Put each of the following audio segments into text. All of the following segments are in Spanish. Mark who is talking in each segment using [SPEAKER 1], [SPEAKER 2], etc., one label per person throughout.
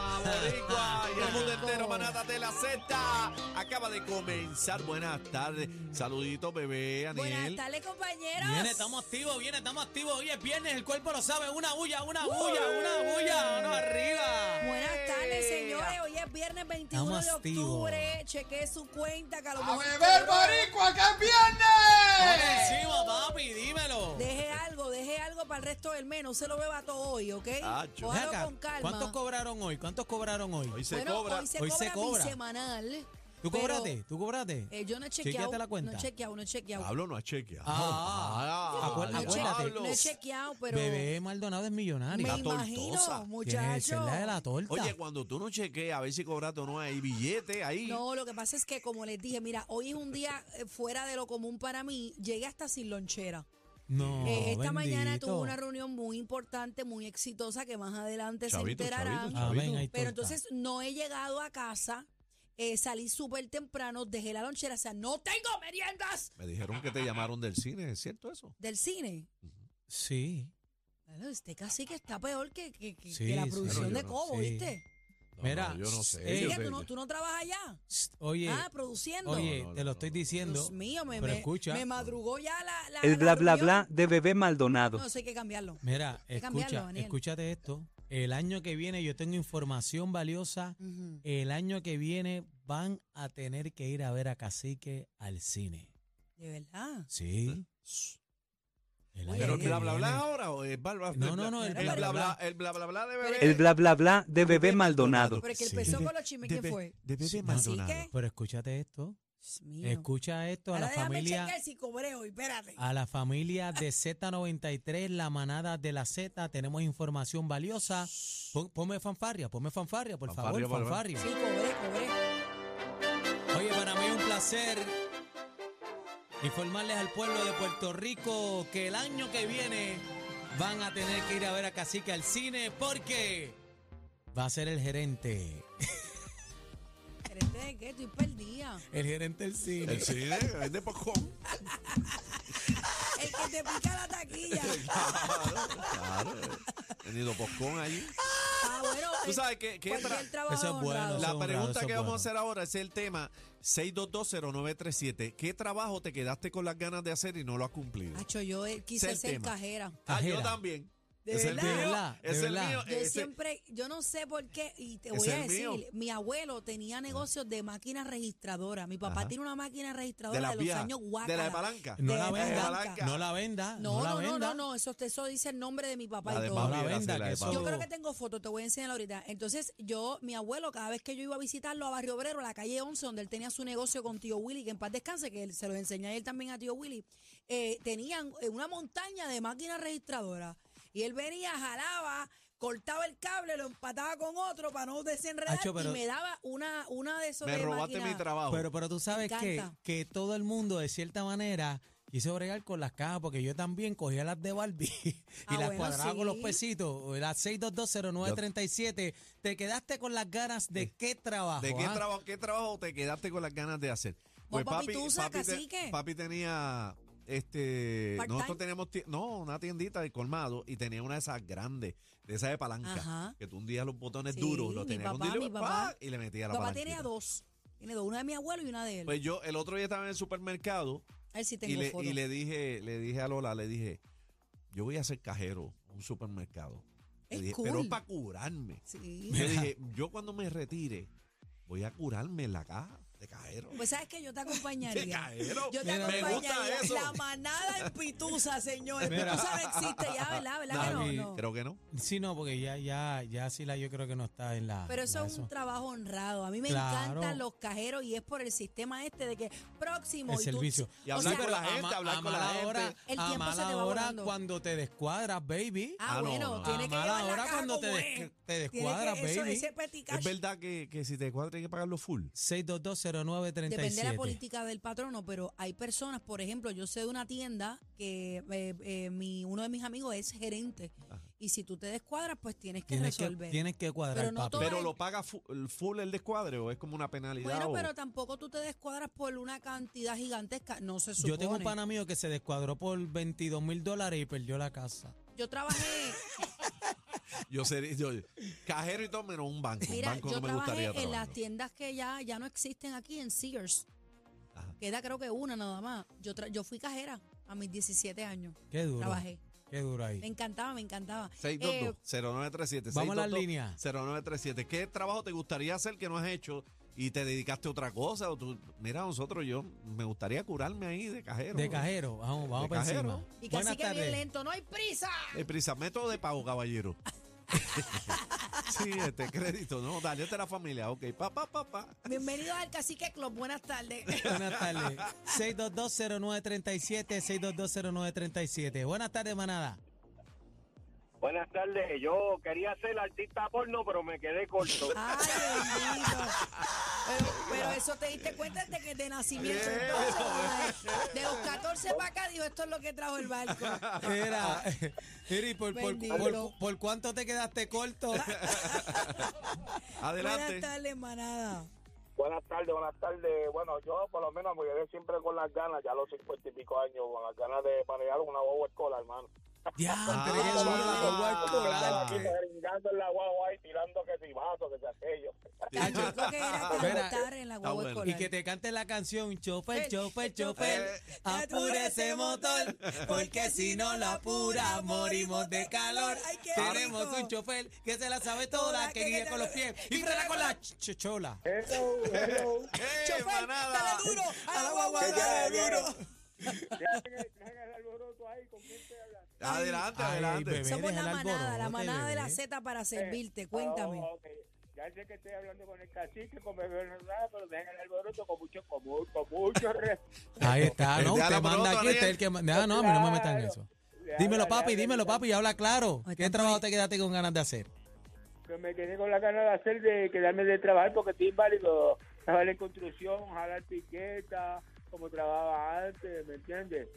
[SPEAKER 1] boricua y el mundo entero, manada de la Z. Acaba de comenzar. Buenas tardes. Saluditos, bebé,
[SPEAKER 2] Buenas
[SPEAKER 1] Aniel.
[SPEAKER 2] tardes, compañeros.
[SPEAKER 3] Viene, estamos activos, viene, estamos activos. Hoy es viernes, el cuerpo lo sabe. Una bulla, una bulla, una bulla. Mano
[SPEAKER 2] ¡Eh!
[SPEAKER 3] arriba.
[SPEAKER 2] Buenas tardes, señores. Hoy es viernes 21
[SPEAKER 3] Estamos
[SPEAKER 2] de
[SPEAKER 3] activos.
[SPEAKER 2] octubre. Chequé su cuenta, que a lo
[SPEAKER 4] ¡A
[SPEAKER 2] mejor-
[SPEAKER 4] beber boricua que es
[SPEAKER 3] Vamos
[SPEAKER 4] viernes!
[SPEAKER 3] encima, papi, dímelo.
[SPEAKER 2] Deje algo, deje algo para el resto del mes. No se lo beba todo hoy, ¿ok?
[SPEAKER 1] Acho.
[SPEAKER 3] Ven
[SPEAKER 2] Cójalo
[SPEAKER 3] acá,
[SPEAKER 2] con calma.
[SPEAKER 3] ¿Cuántos cobraron hoy? ¿Cuántos cobraron hoy?
[SPEAKER 1] Hoy se
[SPEAKER 2] bueno,
[SPEAKER 1] cobra.
[SPEAKER 2] Hoy se
[SPEAKER 3] Hoy
[SPEAKER 2] cobra
[SPEAKER 3] se cobra.
[SPEAKER 2] mi semanal.
[SPEAKER 3] ¿Tú
[SPEAKER 2] pero,
[SPEAKER 3] cobraste? ¿Tú cobraste?
[SPEAKER 2] eh, yo no he chequeado.
[SPEAKER 3] Chequéate la cuenta.
[SPEAKER 2] No he chequeado, no he chequeado.
[SPEAKER 1] Pablo no ha chequeado.
[SPEAKER 3] Ah.
[SPEAKER 1] Ah,
[SPEAKER 3] Acuérdate,
[SPEAKER 1] diablo.
[SPEAKER 3] acuérdate.
[SPEAKER 2] no he chequeado, pero
[SPEAKER 3] Bebé Maldonado es
[SPEAKER 2] me
[SPEAKER 3] millonario.
[SPEAKER 1] La tortosa.
[SPEAKER 2] imagino,
[SPEAKER 3] Tiene que ser
[SPEAKER 2] muchachos.
[SPEAKER 3] la de la torta.
[SPEAKER 1] Oye, cuando tú no chequeas, a ver si cobraste o no hay billete ahí.
[SPEAKER 2] No, lo que pasa es que, como les dije, mira, hoy es un día eh, fuera de lo común para mí. Llegué hasta sin lonchera.
[SPEAKER 3] no,
[SPEAKER 2] Eh, esta mañana
[SPEAKER 3] Oh, bendito.
[SPEAKER 2] tuve una reunión muy importante, muy exitosa, que más adelante
[SPEAKER 1] Chavito,
[SPEAKER 2] se enterarán.
[SPEAKER 1] chavito,
[SPEAKER 3] Amén, hay torta.
[SPEAKER 2] Pero entonces no he llegado a casa, eh, salí súper temprano, dejé la lonchera, o sea, no tengo meriendas
[SPEAKER 1] Me dijeron que te llamaron del cine, ¿es cierto eso?
[SPEAKER 2] del cine.
[SPEAKER 3] Sí.
[SPEAKER 2] Bueno, este casi que está peor que, que- que-
[SPEAKER 3] Sí,
[SPEAKER 2] que la
[SPEAKER 3] sí.
[SPEAKER 2] producción
[SPEAKER 1] Pero
[SPEAKER 2] de
[SPEAKER 1] yo
[SPEAKER 3] no-
[SPEAKER 2] Cobo,
[SPEAKER 3] sí.
[SPEAKER 2] ¿viste?
[SPEAKER 1] No,
[SPEAKER 3] Mira,
[SPEAKER 1] no, yo no sé.
[SPEAKER 3] eh,
[SPEAKER 1] yo
[SPEAKER 2] Mira,
[SPEAKER 1] sé-
[SPEAKER 2] tú no, tú no trabajas allá.
[SPEAKER 3] Psst, Oye,
[SPEAKER 2] Ah, produciendo.
[SPEAKER 3] oye,
[SPEAKER 1] No, no,
[SPEAKER 3] te
[SPEAKER 1] no,
[SPEAKER 3] lo estoy
[SPEAKER 1] no, no.
[SPEAKER 3] diciendo.
[SPEAKER 2] Dios mío, me,
[SPEAKER 3] pero
[SPEAKER 2] me-
[SPEAKER 3] escucha.
[SPEAKER 2] me madrugó ya la. la-
[SPEAKER 5] El
[SPEAKER 2] la
[SPEAKER 5] bla bla
[SPEAKER 2] reunión.
[SPEAKER 5] bla de bebé Maldonado.
[SPEAKER 2] No, eso hay que cambiarlo.
[SPEAKER 3] Mira,
[SPEAKER 2] que cambiarlo,
[SPEAKER 3] escucha,
[SPEAKER 2] Daniel.
[SPEAKER 3] escúchate esto. El año que viene yo tengo información valiosa.
[SPEAKER 2] Ujú.
[SPEAKER 3] El año que viene van a tener que ir a ver a Cacique al cine.
[SPEAKER 2] De verdad.
[SPEAKER 3] Sí. El año
[SPEAKER 1] ¿Pero
[SPEAKER 3] que
[SPEAKER 1] el bla bla bla
[SPEAKER 3] viene.
[SPEAKER 1] ahora o es bla, bla,
[SPEAKER 3] No, no, no, el
[SPEAKER 1] el
[SPEAKER 2] bla,
[SPEAKER 1] bla
[SPEAKER 2] bla,
[SPEAKER 1] bla, el bla bla bla de bebé.
[SPEAKER 5] El bla bla bla de bebé Maldonado.
[SPEAKER 2] Pero el que
[SPEAKER 3] Sí.
[SPEAKER 2] empezó con los chismes, ¿quién fue?
[SPEAKER 1] De bebé
[SPEAKER 3] Sí, no,
[SPEAKER 1] Maldonado.
[SPEAKER 2] Así que-
[SPEAKER 3] Pero escúchate esto.
[SPEAKER 2] Dios mío.
[SPEAKER 3] Escucha esto a
[SPEAKER 2] Ahora
[SPEAKER 3] la
[SPEAKER 2] déjame
[SPEAKER 3] familia
[SPEAKER 2] chequear si cobré hoy, espérate.
[SPEAKER 1] Ah.
[SPEAKER 3] a la familia de Z93, la manada de la Z, tenemos información valiosa. Pon- ponme fanfarria, ponme fanfarria, por
[SPEAKER 1] Fanfarria, por favor.
[SPEAKER 3] favor, fanfarria.
[SPEAKER 2] Sí, cobré, cobré.
[SPEAKER 3] Oye, para mí es un placer informarles al pueblo de Puerto Rico que el año que viene van a tener que ir a ver a Cacique al cine porque va a ser el gerente.
[SPEAKER 2] ¿Gerente de qué? Estoy perdida.
[SPEAKER 3] El gerente del cine.
[SPEAKER 1] El cine que vende popcorn.
[SPEAKER 2] El que te pica la taquilla.
[SPEAKER 1] Claro, claro. Tenido popcorn allí.
[SPEAKER 2] Ah, bueno.
[SPEAKER 1] Tú
[SPEAKER 2] eh,
[SPEAKER 1] sabes que, que
[SPEAKER 2] cualquier
[SPEAKER 1] tra-
[SPEAKER 2] trabajo
[SPEAKER 3] Eso es bueno,
[SPEAKER 2] honrado.
[SPEAKER 3] eso
[SPEAKER 1] la
[SPEAKER 3] es honrado,
[SPEAKER 1] pregunta
[SPEAKER 3] eso
[SPEAKER 1] que
[SPEAKER 3] es
[SPEAKER 1] vamos a
[SPEAKER 3] bueno.
[SPEAKER 1] hacer ahora es el tema 6220937. ¿Qué trabajo te quedaste con las ganas de hacer y no lo has cumplido?
[SPEAKER 2] Hacho, yo eh,
[SPEAKER 1] Ese
[SPEAKER 2] quise
[SPEAKER 1] es el
[SPEAKER 2] ser
[SPEAKER 1] tema.
[SPEAKER 2] cajera.
[SPEAKER 1] Ah, yo
[SPEAKER 3] Ajera.
[SPEAKER 1] también.
[SPEAKER 2] ¿De
[SPEAKER 1] Ese es el
[SPEAKER 2] verdad?
[SPEAKER 3] De
[SPEAKER 1] mío.
[SPEAKER 3] verdad, de
[SPEAKER 1] Ese es el
[SPEAKER 3] verdad.
[SPEAKER 1] mío.
[SPEAKER 2] Yo
[SPEAKER 1] Ese-
[SPEAKER 2] siempre, yo no sé por qué, y te
[SPEAKER 1] Ese
[SPEAKER 2] voy a
[SPEAKER 1] es el
[SPEAKER 2] decir,
[SPEAKER 1] mío.
[SPEAKER 2] mi abuelo tenía negocios de máquinas registradoras. Mi papá
[SPEAKER 1] Ajá.
[SPEAKER 2] tiene una máquina registradora
[SPEAKER 1] de
[SPEAKER 2] de,
[SPEAKER 1] las
[SPEAKER 2] los
[SPEAKER 1] viejas.
[SPEAKER 2] años
[SPEAKER 1] De la de
[SPEAKER 2] guácala.
[SPEAKER 1] palanca.
[SPEAKER 3] No
[SPEAKER 2] De
[SPEAKER 3] la venda,
[SPEAKER 2] palanca.
[SPEAKER 3] no la venda, no,
[SPEAKER 2] No,
[SPEAKER 3] la
[SPEAKER 2] no, no,
[SPEAKER 3] venda.
[SPEAKER 2] no, no, eso, eso dice el nombre de mi papá
[SPEAKER 1] La
[SPEAKER 2] y
[SPEAKER 1] de
[SPEAKER 2] todo.
[SPEAKER 3] No
[SPEAKER 1] papi
[SPEAKER 3] la
[SPEAKER 1] era
[SPEAKER 3] venda,
[SPEAKER 1] así, la
[SPEAKER 3] que
[SPEAKER 1] de
[SPEAKER 3] eso-
[SPEAKER 1] papi.
[SPEAKER 2] Yo creo que tengo fotos, te voy a enseñar ahorita. Entonces, yo, mi abuelo, cada vez que yo iba a visitarlo a Barrio Obrero, la calle 11, donde él tenía su negocio con tío Willy, que en paz descanse, que él, se los enseñé a él también a tío Willy, eh, tenían eh, una montaña de máquinas registradoras. Y él venía, jalaba, cortaba el cable, lo empataba con otro para no desenredar
[SPEAKER 3] Acho, pero-
[SPEAKER 2] y me daba una, una de esos
[SPEAKER 1] Me
[SPEAKER 2] de
[SPEAKER 1] robaste
[SPEAKER 2] máquina.
[SPEAKER 1] mi trabajo.
[SPEAKER 3] Pero, pero tú sabes
[SPEAKER 2] Me
[SPEAKER 3] que,
[SPEAKER 2] encanta.
[SPEAKER 3] que todo el mundo, de cierta manera, quiso bregar con las cajas, porque yo también cogía las de Barbie y
[SPEAKER 2] Ah,
[SPEAKER 3] las
[SPEAKER 2] bueno,
[SPEAKER 3] cuadraba con los
[SPEAKER 2] sí.
[SPEAKER 3] pesitos. Las 6220937. Te quedaste con las ganas de qué trabajo.
[SPEAKER 1] Eh, ¿De qué
[SPEAKER 3] ah?
[SPEAKER 1] trabajo, qué trabajo te quedaste con las ganas de hacer?
[SPEAKER 2] papi, tú sacas,
[SPEAKER 1] te-
[SPEAKER 2] ¿sí qué?
[SPEAKER 1] papi tenía este
[SPEAKER 2] Part-time.
[SPEAKER 1] nosotros teníamos tie- no, una tiendita de colmado y tenía una de esas grandes, de esas de palanca,
[SPEAKER 2] Ajá.
[SPEAKER 1] que tú hundías los botones
[SPEAKER 2] Sí,
[SPEAKER 1] duros,
[SPEAKER 2] mi
[SPEAKER 1] los tenías
[SPEAKER 2] papá,
[SPEAKER 1] hundidos,
[SPEAKER 2] mi papá.
[SPEAKER 1] ¡pa! y le metías la
[SPEAKER 2] Mi papá
[SPEAKER 1] palanquita.
[SPEAKER 2] tenía dos. Tiene dos, una de mi abuelo y una de él.
[SPEAKER 1] Pues yo el otro día estaba en el supermercado
[SPEAKER 2] a ver si
[SPEAKER 1] y
[SPEAKER 2] tengo
[SPEAKER 1] le,
[SPEAKER 2] fotos.
[SPEAKER 1] y le dije, le dije a Lola, le dije, yo voy a ser cajero a un supermercado. Le
[SPEAKER 2] Es
[SPEAKER 1] dije,
[SPEAKER 2] cool.
[SPEAKER 1] Pero es para curarme.
[SPEAKER 2] Sí.
[SPEAKER 1] Yo dije, yo cuando me retire, voy a curarme en la caja de cajero.
[SPEAKER 2] Pues sabes que yo te
[SPEAKER 1] De
[SPEAKER 2] acompañaría.
[SPEAKER 1] cajero.
[SPEAKER 2] Yo te
[SPEAKER 3] Mira,
[SPEAKER 1] me gusta
[SPEAKER 2] acompañaría.
[SPEAKER 1] eso.
[SPEAKER 2] La manada en Pitusa, señores.
[SPEAKER 3] Mira.
[SPEAKER 2] Pitusa no existe ya, ¿verdad? ¿Verdad
[SPEAKER 3] No,
[SPEAKER 2] que
[SPEAKER 3] aquí-
[SPEAKER 2] no? no?
[SPEAKER 1] Creo que no.
[SPEAKER 3] Sí, no, porque ya, ya, ya Sila yo creo que no está en la.
[SPEAKER 2] Pero eso
[SPEAKER 3] la
[SPEAKER 2] es un trabajo honrado. A mí me
[SPEAKER 3] Claro.
[SPEAKER 2] encantan los cajeros y es por el sistema este de que próximo.
[SPEAKER 3] el
[SPEAKER 2] y tú-
[SPEAKER 3] servicio.
[SPEAKER 1] Y
[SPEAKER 2] o
[SPEAKER 1] hablar
[SPEAKER 2] sea,
[SPEAKER 1] con la gente,
[SPEAKER 3] ma-
[SPEAKER 1] hablar con la
[SPEAKER 3] mala
[SPEAKER 1] gente.
[SPEAKER 3] hora-
[SPEAKER 2] El
[SPEAKER 3] a
[SPEAKER 2] tiempo se
[SPEAKER 3] mala
[SPEAKER 2] te va
[SPEAKER 3] hora
[SPEAKER 2] volando.
[SPEAKER 3] cuando te descuadras, baby.
[SPEAKER 2] Ah,
[SPEAKER 1] Ah, no,
[SPEAKER 2] bueno,
[SPEAKER 1] no.
[SPEAKER 2] tiene
[SPEAKER 3] a
[SPEAKER 2] que llevar
[SPEAKER 3] mala
[SPEAKER 2] la
[SPEAKER 3] hora
[SPEAKER 2] caja
[SPEAKER 3] cuando te,
[SPEAKER 2] como
[SPEAKER 3] des- te
[SPEAKER 2] es. Tiene que-
[SPEAKER 3] descuadras,
[SPEAKER 2] eso,
[SPEAKER 3] baby.
[SPEAKER 2] ese peticacho.
[SPEAKER 1] Es verdad que, que si te cuadra hay que pagarlo full.
[SPEAKER 3] 6220937.
[SPEAKER 2] Depende de la política del patrono, pero hay personas, por ejemplo, yo sé de una tienda que eh, eh, mi, uno de mis amigos es gerente
[SPEAKER 1] Ajá.
[SPEAKER 2] y si tú te descuadras, pues tienes que
[SPEAKER 3] Tienes que,
[SPEAKER 2] resolver.
[SPEAKER 3] tienes que cuadrar,
[SPEAKER 2] Pero no
[SPEAKER 3] papi.
[SPEAKER 2] todo-
[SPEAKER 1] Pero
[SPEAKER 2] es-
[SPEAKER 1] lo paga fu- el full el descuadre o es como una penalidad.
[SPEAKER 2] Bueno,
[SPEAKER 1] o-
[SPEAKER 2] pero tampoco tú te descuadras por una cantidad gigantesca. No se supone.
[SPEAKER 3] Yo tengo un pana mío que se descuadró por 22 mil dólares y perdió la casa.
[SPEAKER 2] Yo trabajé.
[SPEAKER 1] Yo sería yo, cajero y todo menos un banco.
[SPEAKER 2] Mira,
[SPEAKER 1] un banco
[SPEAKER 2] yo
[SPEAKER 1] no me
[SPEAKER 2] trabajé
[SPEAKER 1] gustaría
[SPEAKER 2] en
[SPEAKER 1] trabajar.
[SPEAKER 2] las tiendas que ya, ya no existen aquí, en Sears.
[SPEAKER 1] Ajá.
[SPEAKER 2] Queda creo que una nada más. Yo, tra- yo fui cajera a mis 17 años.
[SPEAKER 3] Qué duro.
[SPEAKER 2] Trabajé.
[SPEAKER 3] Qué duro
[SPEAKER 2] Me
[SPEAKER 3] ahí.
[SPEAKER 2] encantaba, me encantaba. Eh,
[SPEAKER 1] 622-0937.
[SPEAKER 3] Vamos a las
[SPEAKER 1] 622-0937.
[SPEAKER 3] líneas.
[SPEAKER 1] 0937. ¿Qué trabajo te gustaría hacer que no has hecho y te dedicaste a otra cosa? O tú, mira, nosotros, yo me gustaría curarme ahí de cajero.
[SPEAKER 3] De cajero, vamos, vamos
[SPEAKER 1] De
[SPEAKER 3] para
[SPEAKER 1] cajero.
[SPEAKER 3] encima.
[SPEAKER 2] y que
[SPEAKER 3] Buenas
[SPEAKER 2] así que bien
[SPEAKER 3] tardes.
[SPEAKER 2] lento, no hay prisa.
[SPEAKER 1] El prisa, método de pago, caballero. sí, este crédito, ¿no? Dale a la familia, ok. Pa, pa, pa, pa.
[SPEAKER 2] Bienvenidos al Cacique Club, buenas tardes.
[SPEAKER 3] Buenas tardes. 6220937, 6220937. Buenas tardes, manada.
[SPEAKER 4] Buenas tardes, yo quería ser artista porno, pero me quedé corto.
[SPEAKER 2] Ay, bendito. Pero, pero eso te diste cuenta desde que de nacimiento.
[SPEAKER 1] Bien.
[SPEAKER 2] Entonces, ¿verdad? de los 14 para acá, dijo, esto es lo que trajo el barco.
[SPEAKER 3] Era, era, ¿y por, por,
[SPEAKER 2] Bendito.
[SPEAKER 3] por- por cuánto te quedaste corto?
[SPEAKER 1] Adelante.
[SPEAKER 2] Buenas tardes, manada.
[SPEAKER 4] buenas tardes, buenas tardes. Bueno, yo por lo menos me quedé siempre con las ganas, ya a los cincuenta y pico años, con las ganas de manejar una guagua escolar, hermano.
[SPEAKER 3] Diantre,
[SPEAKER 1] Ah.
[SPEAKER 3] qué duro, la
[SPEAKER 1] Ah.
[SPEAKER 3] guagua
[SPEAKER 4] Aquí
[SPEAKER 3] escolar.
[SPEAKER 4] brincando en la guagua ahí, tirando que si vaso, que si aquello.
[SPEAKER 2] Yo creo que era que
[SPEAKER 3] Mira,
[SPEAKER 2] votar en la guagua
[SPEAKER 1] bueno.
[SPEAKER 3] Y
[SPEAKER 2] escolar.
[SPEAKER 3] que te cante la canción, chofer, chofer, chofer,
[SPEAKER 1] Eh.
[SPEAKER 3] apure ese motor, porque si no lo apura, morimos de calor.
[SPEAKER 2] Ay, qué
[SPEAKER 3] Tenemos
[SPEAKER 2] rico.
[SPEAKER 3] un chofer que se la sabe toda, que guía con los pies y frena con la ch- ch- chola.
[SPEAKER 4] Hello, hello.
[SPEAKER 1] ¡Eh,
[SPEAKER 2] Chofer,
[SPEAKER 1] manada!
[SPEAKER 2] dale duro, a la guagua,
[SPEAKER 4] Que ya
[SPEAKER 2] dale
[SPEAKER 4] viene.
[SPEAKER 2] duro.
[SPEAKER 1] Adelante,
[SPEAKER 3] Ay,
[SPEAKER 1] adelante.
[SPEAKER 3] bebé.
[SPEAKER 2] Somos la
[SPEAKER 3] Deja el
[SPEAKER 2] manada, la
[SPEAKER 3] alboroto,
[SPEAKER 2] manada de la
[SPEAKER 3] bebé.
[SPEAKER 2] Z para
[SPEAKER 4] Eh.
[SPEAKER 2] servirte, cuéntame.
[SPEAKER 4] Oh, Ya sé que estoy hablando con el cacique, con el Bernardo, pero dejen el alboroto con mucho, con mucho, con mucho respeto.
[SPEAKER 3] Ahí está,
[SPEAKER 1] Él
[SPEAKER 3] ¿no?
[SPEAKER 1] te da
[SPEAKER 3] Usted
[SPEAKER 1] la
[SPEAKER 3] manda
[SPEAKER 1] pelota,
[SPEAKER 3] aquí, usted es el
[SPEAKER 1] Ariel.
[SPEAKER 3] que manda. Ah, no, a mí no me metan en
[SPEAKER 4] Claro.
[SPEAKER 3] eso. Dímelo, papi, dímelo, papi, y habla claro.
[SPEAKER 2] Ay,
[SPEAKER 3] ¿Qué
[SPEAKER 2] tanto
[SPEAKER 3] trabajo
[SPEAKER 2] ahí.
[SPEAKER 3] te quedaste con ganas de hacer?
[SPEAKER 4] Que me quedé con la ganas de hacer, de quedarme de trabajar porque estoy inválido. Trabajar en construcción, jalar piqueta, como trabajaba antes, ¿me entiendes?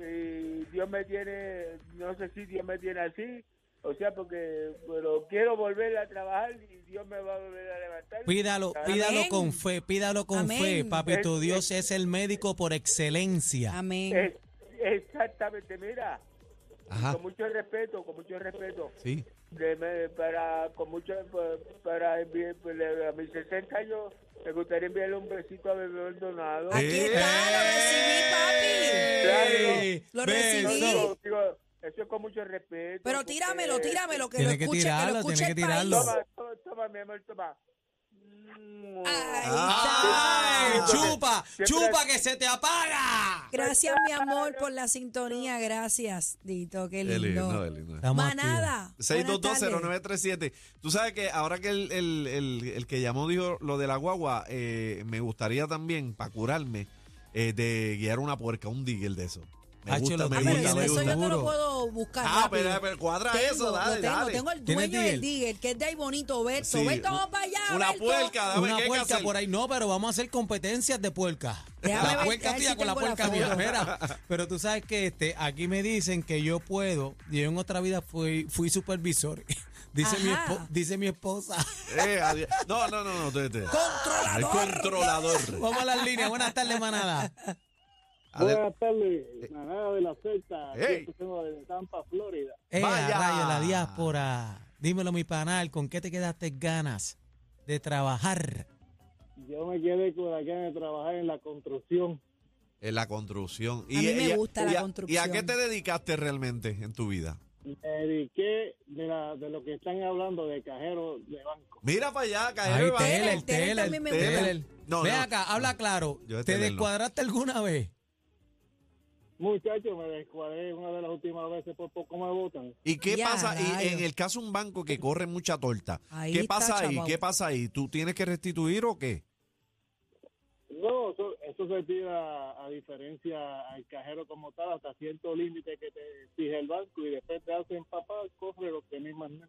[SPEAKER 4] Y Dios me tiene, no sé si Dios me tiene así, o sea, porque pero quiero volver a trabajar y Dios me va a volver a levantar.
[SPEAKER 3] Pídalo, pídalo
[SPEAKER 2] Amén.
[SPEAKER 3] con fe, pídalo con
[SPEAKER 2] Amén.
[SPEAKER 3] fe, papi. Tu Dios es el médico por excelencia.
[SPEAKER 6] Eh.
[SPEAKER 2] Amén.
[SPEAKER 4] Es- exactamente, mira,
[SPEAKER 1] Ajá.
[SPEAKER 4] con mucho respeto, con mucho respeto.
[SPEAKER 1] Ah. Sí.
[SPEAKER 4] que me- para con mucho para enviar- para- a mis 60 años me gustaría enviarle un besito a Bebé Maldonado
[SPEAKER 2] Aquí está, lo recibí,
[SPEAKER 3] ¡Ey!
[SPEAKER 2] Lo
[SPEAKER 3] Beso.
[SPEAKER 4] No,
[SPEAKER 2] recibí.
[SPEAKER 4] no, digo, eso es con mucho respeto
[SPEAKER 2] Pero
[SPEAKER 4] porque-
[SPEAKER 2] tíramelo, tíramelo, que lo
[SPEAKER 3] Tiene que
[SPEAKER 2] escuche, que
[SPEAKER 3] tirarlo,
[SPEAKER 2] lo escuche
[SPEAKER 3] tiene
[SPEAKER 2] el
[SPEAKER 3] que
[SPEAKER 2] país.
[SPEAKER 3] tirarlo.
[SPEAKER 4] toma, toma toma, mi amor toma
[SPEAKER 2] Ahí
[SPEAKER 1] Ah,
[SPEAKER 3] ¡Ay!
[SPEAKER 2] está.
[SPEAKER 3] ¡Chupa!
[SPEAKER 4] Siempre-
[SPEAKER 3] ¡Chupa que se te apaga!
[SPEAKER 2] Gracias, mi amor, por la sintonía. Gracias, Dito. Qué
[SPEAKER 1] Qué lindo,
[SPEAKER 2] lindo.
[SPEAKER 1] qué lindo.
[SPEAKER 3] Estamos activos.
[SPEAKER 2] Manada. buenas
[SPEAKER 1] 6220937. Tú sabes que ahora que el, el- el- el que llamó dijo lo de la guagua, eh, me gustaría también, para curarme, eh, de guiar una puerca, un digger de eso. Me
[SPEAKER 3] Ah,
[SPEAKER 1] gusta,
[SPEAKER 3] chulo,
[SPEAKER 1] me
[SPEAKER 2] tardes.
[SPEAKER 3] digger,
[SPEAKER 2] Ah,
[SPEAKER 1] gusta, me
[SPEAKER 2] pero eso yo
[SPEAKER 1] gusta.
[SPEAKER 2] te lo
[SPEAKER 3] Seguro.
[SPEAKER 2] puedo buscar.
[SPEAKER 1] Ah,
[SPEAKER 2] rápido.
[SPEAKER 1] pero, pero cuadra
[SPEAKER 2] Tengo,
[SPEAKER 1] eso, dale,
[SPEAKER 2] lo tengo,
[SPEAKER 1] dale.
[SPEAKER 2] tengo el
[SPEAKER 3] ¿Tienes
[SPEAKER 2] dueño del
[SPEAKER 3] Digger?
[SPEAKER 2] Digger, que es de ahí bonito, Berto.
[SPEAKER 1] Sí,
[SPEAKER 2] Berto,
[SPEAKER 1] un-
[SPEAKER 2] vamos para allá.
[SPEAKER 1] una
[SPEAKER 2] Berto.
[SPEAKER 1] puerca, dame
[SPEAKER 3] Una
[SPEAKER 1] qué hay que
[SPEAKER 3] puerca
[SPEAKER 1] hacer.
[SPEAKER 3] por ahí no, pero vamos a hacer competencias de puerca.
[SPEAKER 2] Déjame
[SPEAKER 3] la
[SPEAKER 2] ver, a
[SPEAKER 3] puerca
[SPEAKER 2] ver
[SPEAKER 3] tuya
[SPEAKER 2] si
[SPEAKER 3] con la
[SPEAKER 2] tengo la
[SPEAKER 3] puerca mía.
[SPEAKER 2] foto.
[SPEAKER 3] Mira, pero tú sabes que este, aquí me dicen que yo puedo. Yo en otra vida fui, fui supervisor. Dice mi,
[SPEAKER 2] Ajá.
[SPEAKER 3] espo- dice mi esposa.
[SPEAKER 1] Eh, adiós. no, no, no, no. te- te- El
[SPEAKER 2] Controlador.
[SPEAKER 1] controlador.
[SPEAKER 3] Vamos a las líneas. Buenas tardes, manada.
[SPEAKER 1] Adel-
[SPEAKER 7] Buenas tardes, manada de la Z,
[SPEAKER 1] Eh. Ey.
[SPEAKER 7] yo tengo de Tampa, Florida.
[SPEAKER 3] Eh,
[SPEAKER 1] Vaya.
[SPEAKER 3] a rayo, la diáspora. Dímelo, mi panal, ¿con qué te quedaste ganas de trabajar?
[SPEAKER 7] Yo me quedé con la gana de trabajar en la construcción.
[SPEAKER 1] en la construcción.
[SPEAKER 2] A mí me
[SPEAKER 1] y
[SPEAKER 2] gusta
[SPEAKER 1] y
[SPEAKER 2] la
[SPEAKER 1] a- ¿Y a
[SPEAKER 2] construcción.
[SPEAKER 1] qué te dedicaste realmente en tu vida?
[SPEAKER 7] Me dediqué de, la, de lo que están hablando de cajero de banco.
[SPEAKER 1] Mira para allá,
[SPEAKER 3] Ahí,
[SPEAKER 1] cajero.
[SPEAKER 2] Teler,
[SPEAKER 3] Teler,
[SPEAKER 2] Teler
[SPEAKER 3] Teler,
[SPEAKER 2] también me
[SPEAKER 1] gusta.
[SPEAKER 3] Teler.
[SPEAKER 1] No,
[SPEAKER 3] Ve
[SPEAKER 1] no.
[SPEAKER 3] acá, habla claro.
[SPEAKER 1] Yo de
[SPEAKER 3] ¿Te
[SPEAKER 1] Teler no.
[SPEAKER 3] descuadraste alguna vez?
[SPEAKER 7] Muchachos, me descuadré una de las últimas veces, por poco me botan.
[SPEAKER 1] ¿Y qué
[SPEAKER 2] Ya,
[SPEAKER 1] pasa? Y
[SPEAKER 2] rayos.
[SPEAKER 1] en el caso de un banco que corre mucha torta,
[SPEAKER 2] Ahí
[SPEAKER 1] ¿qué
[SPEAKER 2] está,
[SPEAKER 1] pasa ahí?
[SPEAKER 2] chaval.
[SPEAKER 1] ¿Qué pasa ahí? ¿Tú tienes que restituir o qué?
[SPEAKER 7] No, eso, eso se tira a diferencia al cajero como tal, hasta cierto límite que te exige el banco y después te hacen papá, coge lo que ni más nada.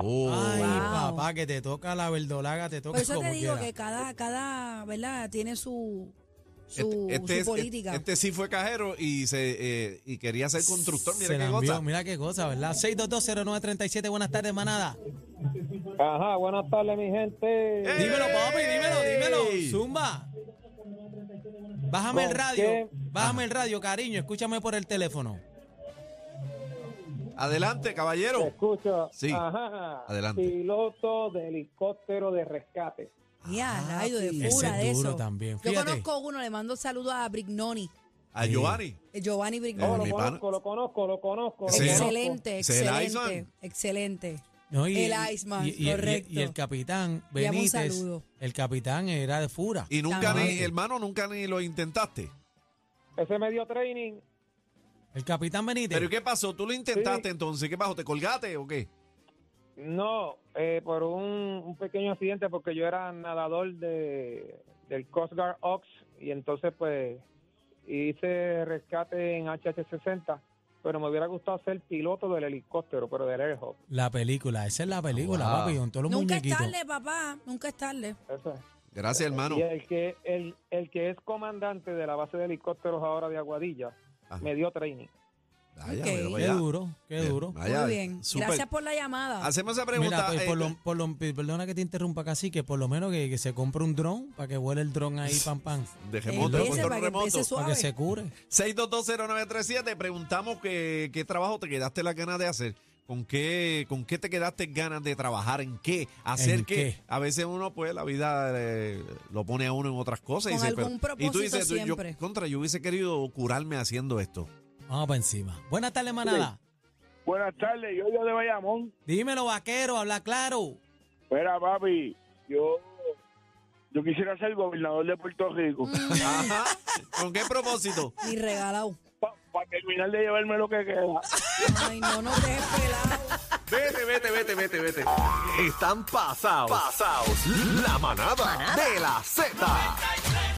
[SPEAKER 1] Oh.
[SPEAKER 3] Ay,
[SPEAKER 2] Wow.
[SPEAKER 3] papá, que te toca la verdolaga, te toca
[SPEAKER 2] Por eso
[SPEAKER 3] como
[SPEAKER 2] te digo
[SPEAKER 3] quiera.
[SPEAKER 2] que cada, cada, ¿verdad? Tiene su,
[SPEAKER 1] Este-
[SPEAKER 2] su,
[SPEAKER 1] este
[SPEAKER 2] su
[SPEAKER 1] es-
[SPEAKER 2] política.
[SPEAKER 1] Este sí fue cajero y se eh, y quería ser constructor. Mira
[SPEAKER 3] Se
[SPEAKER 1] qué
[SPEAKER 3] la
[SPEAKER 1] cosa.
[SPEAKER 3] envió, mira qué cosa, ¿verdad? 6220937, buenas tardes, manada.
[SPEAKER 6] Ajá, buenas tardes mi gente.
[SPEAKER 1] ¡Ey!
[SPEAKER 3] Dímelo, papi, dímelo, dímelo. Zumba. Bájame el
[SPEAKER 6] ¿Con
[SPEAKER 3] radio,
[SPEAKER 6] qué?
[SPEAKER 3] bájame el radio, cariño, escúchame por el teléfono.
[SPEAKER 1] Adelante, caballero.
[SPEAKER 6] Te escucho.
[SPEAKER 1] Sí.
[SPEAKER 6] Ajá.
[SPEAKER 1] Adelante.
[SPEAKER 6] Piloto de helicóptero de rescate.
[SPEAKER 2] Ya,
[SPEAKER 3] Ah,
[SPEAKER 2] rayo de
[SPEAKER 3] ese
[SPEAKER 2] pura
[SPEAKER 3] es
[SPEAKER 2] de
[SPEAKER 3] duro
[SPEAKER 2] eso.
[SPEAKER 3] también.
[SPEAKER 2] Yo
[SPEAKER 3] Fíjate.
[SPEAKER 2] conozco uno, le mando un saludo a Brignoni,
[SPEAKER 1] A
[SPEAKER 3] Sí.
[SPEAKER 1] Giovanni.
[SPEAKER 2] eh, Giovanni
[SPEAKER 1] Eh,
[SPEAKER 6] Oh,
[SPEAKER 2] Brignoni.
[SPEAKER 6] lo
[SPEAKER 1] mi pana.
[SPEAKER 6] conozco, lo conozco, lo conozco. lo
[SPEAKER 1] Sí.
[SPEAKER 6] conozco.
[SPEAKER 2] Excelente,
[SPEAKER 1] ¿Se la
[SPEAKER 2] excelente,
[SPEAKER 1] Iceman?
[SPEAKER 2] excelente.
[SPEAKER 3] No, y-
[SPEAKER 2] El Iceman,
[SPEAKER 3] y- y- y-
[SPEAKER 2] correcto.
[SPEAKER 3] Y, el capitán
[SPEAKER 2] Le damos un
[SPEAKER 3] Benítez.
[SPEAKER 2] saludo.
[SPEAKER 3] El capitán era de fura.
[SPEAKER 1] Y nunca
[SPEAKER 3] También.
[SPEAKER 1] ni, hermano, nunca ni lo intentaste.
[SPEAKER 6] Ese medio training.
[SPEAKER 3] El capitán Benítez.
[SPEAKER 1] Pero ¿y qué pasó? ¿Tú lo intentaste entonces? ¿Qué pasó? ¿Te colgaste o qué?
[SPEAKER 6] No, eh, por un, un pequeño accidente, porque yo era nadador de, del Coast Guard Ox y entonces pues hice rescate en HH60, pero me hubiera gustado ser piloto del helicóptero, pero del Airhawk.
[SPEAKER 3] La película, esa es la película,
[SPEAKER 1] Ah, Wow.
[SPEAKER 3] papi, con todos los
[SPEAKER 2] Nunca es
[SPEAKER 3] muñequitos.
[SPEAKER 2] tarde, papá, nunca es tarde.
[SPEAKER 6] Eso es.
[SPEAKER 1] Gracias,
[SPEAKER 3] Eh,
[SPEAKER 1] hermano.
[SPEAKER 6] Y el que, el, el que es comandante de la base de helicópteros ahora de Aguadilla
[SPEAKER 1] Ajá.
[SPEAKER 6] me dio training.
[SPEAKER 1] Ah, Vaya,
[SPEAKER 2] Ok.
[SPEAKER 1] mira para
[SPEAKER 3] Qué
[SPEAKER 1] allá.
[SPEAKER 3] duro, qué
[SPEAKER 1] Bien,
[SPEAKER 3] duro.
[SPEAKER 1] vaya,
[SPEAKER 2] Muy bien,
[SPEAKER 1] súper.
[SPEAKER 2] gracias por la llamada.
[SPEAKER 1] Hacemos esa
[SPEAKER 3] Mira,
[SPEAKER 1] pregunta.
[SPEAKER 3] pues,
[SPEAKER 1] eh,
[SPEAKER 2] este
[SPEAKER 3] por lo- por lo- perdona que te interrumpa casi, que por lo menos que, que se compre un dron para que vuele el dron ahí, pam, pam.
[SPEAKER 1] Dejemos de
[SPEAKER 2] Empiece
[SPEAKER 1] control
[SPEAKER 2] para que
[SPEAKER 1] remoto.
[SPEAKER 2] empiece su-
[SPEAKER 3] Para
[SPEAKER 2] Suave.
[SPEAKER 3] que se cure.
[SPEAKER 1] 6220937, preguntamos que- qué trabajo te quedaste las ganas de hacer. ¿Con qué, ¿Con qué te quedaste ganas de trabajar? ¿En qué? ¿Hacer
[SPEAKER 3] ¿En
[SPEAKER 1] qué?
[SPEAKER 3] qué?
[SPEAKER 1] A veces uno, pues, la vida eh, lo pone a uno en otras cosas. y
[SPEAKER 2] Con
[SPEAKER 1] dice,
[SPEAKER 2] algún
[SPEAKER 1] pero- y tú
[SPEAKER 2] propósito
[SPEAKER 1] dices, tú- yo,
[SPEAKER 2] siempre.
[SPEAKER 1] contra, yo hubiese querido curarme haciendo esto.
[SPEAKER 3] Vamos para encima. Buenas tardes, manada.
[SPEAKER 4] Buenas tardes, yo, yo de Bayamón.
[SPEAKER 3] Dímelo, vaquero, habla claro.
[SPEAKER 4] Espera, papi, yo, yo quisiera ser gobernador de Puerto Rico
[SPEAKER 1] Mm. Ajá.
[SPEAKER 2] Mm.
[SPEAKER 1] ¿Con qué propósito?
[SPEAKER 2] Mi regalado.
[SPEAKER 4] para terminar de llevarme lo que queda.
[SPEAKER 2] Ay, no, no te dejes pelado.
[SPEAKER 1] Vete, vete, vete, vete, vete.
[SPEAKER 8] Están pasados. Pasados. La manada, de la Z.